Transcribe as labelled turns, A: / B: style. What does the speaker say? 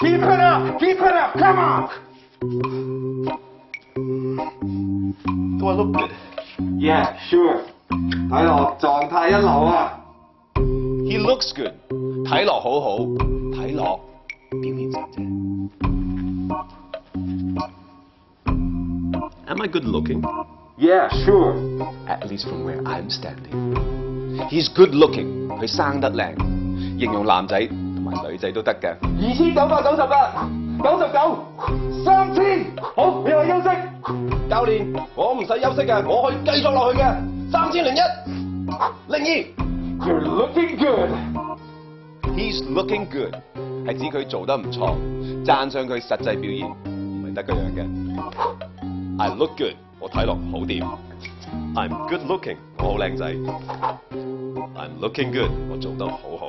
A: Keep it up! Keep it up! Come on! Do I look good?
B: Yeah, sure。睇落狀態一流啊！
A: He looks good，睇落好好，睇落表面上啫。Am I good looking?
B: Yeah, sure.
A: At least from where I'm standing. He's good looking，佢生得靚，形容男仔同埋女仔都得嘅。
B: 二千九百九十八，九十九，三千。好，你去休息。
A: 教練，我唔使休息嘅，我可以繼續落去嘅。三千零一，零二。
B: You're looking good.
A: He's looking good，係指佢做得唔錯，讚賞佢實際表現，唔係得個樣嘅。I look good，我睇落好掂。I'm good looking，我好靚仔。I'm looking good，我做得好好。